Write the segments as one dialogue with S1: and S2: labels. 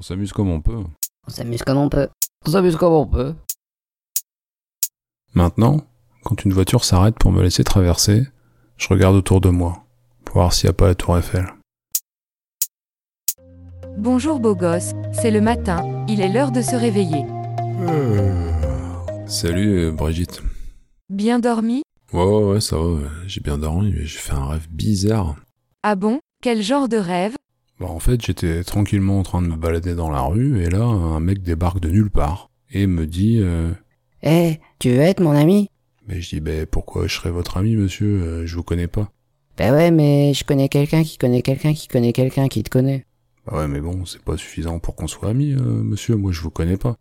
S1: s'amuse comme on peut.
S2: On s'amuse comme on peut. On s'amuse comme on peut.
S1: Maintenant, quand une voiture s'arrête pour me laisser traverser, je regarde autour de moi, pour voir s'il n'y a pas la tour Eiffel.
S3: Bonjour beau gosse, c'est le matin, il est l'heure de se réveiller.
S1: Salut euh, Brigitte.
S3: Bien dormi
S1: Ouais ouais ouais ça va, ouais. j'ai bien dormi mais j'ai fait un rêve bizarre.
S3: Ah bon Quel genre de rêve
S1: Bah en fait j'étais tranquillement en train de me balader dans la rue et là un mec débarque de nulle part et me dit euh,
S2: Eh, tu veux être mon ami
S1: Mais je dis ben pourquoi je serais votre ami monsieur, Euh, je vous connais pas.
S2: Ben ouais, mais je connais quelqu'un qui connaît quelqu'un qui connaît quelqu'un qui te connaît.
S1: Bah ouais mais bon c'est pas suffisant pour qu'on soit amis euh, monsieur, moi je vous connais pas.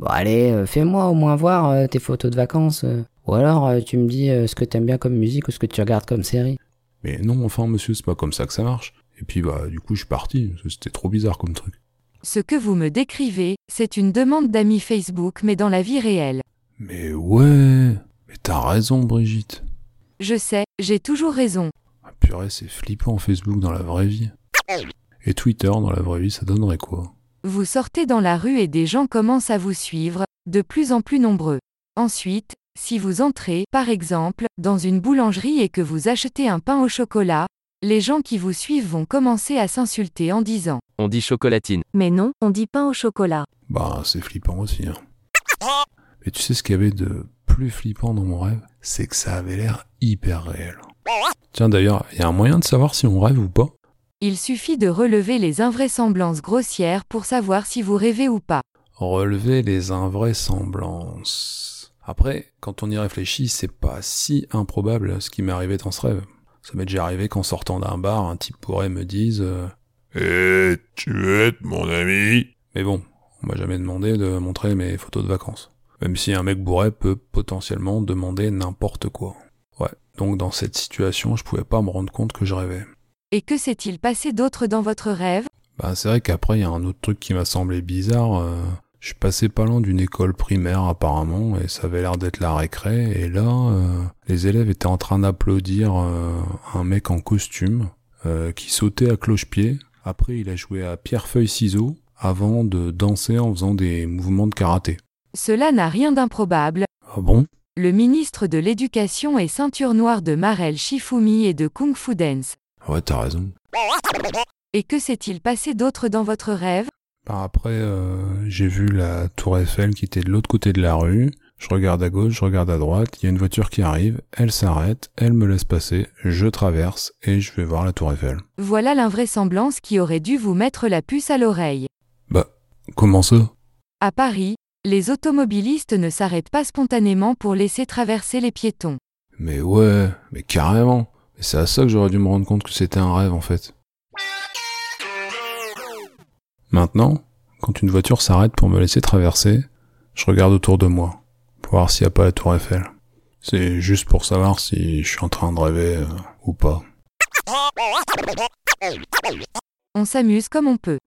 S2: Bon allez, euh, fais-moi au moins voir euh, tes photos de vacances. euh. Ou alors euh, tu me dis euh, ce que t'aimes bien comme musique ou ce que tu regardes comme série.
S1: Mais non enfin monsieur c'est pas comme ça que ça marche. Et puis bah du coup je suis parti, parce que c'était trop bizarre comme truc.
S3: Ce que vous me décrivez, c'est une demande d'amis Facebook mais dans la vie réelle.
S1: Mais ouais, mais t'as raison Brigitte.
S3: Je sais, j'ai toujours raison.
S1: Ah purée, c'est flippant Facebook dans la vraie vie. Et Twitter dans la vraie vie, ça donnerait quoi
S3: Vous sortez dans la rue et des gens commencent à vous suivre, de plus en plus nombreux. Ensuite, si vous entrez, par exemple, dans une boulangerie et que vous achetez un pain au chocolat, les gens qui vous suivent vont commencer à s'insulter en disant
S4: On dit chocolatine.
S3: Mais non, on dit pain au chocolat.
S1: Bah, c'est flippant aussi. Hein. Mais tu sais ce qu'il y avait de plus flippant dans mon rêve C'est que ça avait l'air hyper réel. Tiens d'ailleurs, il y a un moyen de savoir si on rêve ou pas
S3: Il suffit de relever les invraisemblances grossières pour savoir si vous rêvez ou pas.
S1: Relever les invraisemblances. Après, quand on y réfléchit, c'est pas si improbable ce qui m'est arrivé dans ce rêve. Ça m'est déjà arrivé qu'en sortant d'un bar, un type pourrait me dise euh,
S5: Eh, tu veux être mon ami
S1: Mais bon, on m'a jamais demandé de montrer mes photos de vacances. Même si un mec bourré peut potentiellement demander n'importe quoi. Ouais, donc dans cette situation, je pouvais pas me rendre compte que je rêvais.
S3: Et que s'est-il passé d'autre dans votre rêve
S1: Bah c'est vrai qu'après, il y a un autre truc qui m'a semblé bizarre. euh, je suis passé pas loin d'une école primaire apparemment, et ça avait l'air d'être la récré, et là, euh, les élèves étaient en train d'applaudir euh, un mec en costume euh, qui sautait à cloche-pied. Après, il a joué à pierre-feuille-ciseaux avant de danser en faisant des mouvements de karaté.
S3: Cela n'a rien d'improbable.
S1: Ah bon
S3: Le ministre de l'Éducation est ceinture noire de Marel Shifumi et de Kung Fu Dance.
S1: Ouais, t'as raison.
S3: Et que s'est-il passé d'autre dans votre rêve
S1: Par après, euh, j'ai vu la tour Eiffel qui était de l'autre côté de la rue. Je regarde à gauche, je regarde à droite, il y a une voiture qui arrive, elle s'arrête, elle me laisse passer, je traverse et je vais voir la tour Eiffel.
S3: Voilà l'invraisemblance qui aurait dû vous mettre la puce à l'oreille.
S1: Bah, comment ça
S3: À Paris, les automobilistes ne s'arrêtent pas spontanément pour laisser traverser les piétons.
S1: Mais ouais, mais carrément. Mais c'est à ça que j'aurais dû me rendre compte que c'était un rêve en fait. Maintenant, quand une voiture s'arrête pour me laisser traverser, je regarde autour de moi, pour voir s'il n'y a pas la tour Eiffel. C'est juste pour savoir si je suis en train de rêver euh, ou pas.
S3: On s'amuse comme on peut.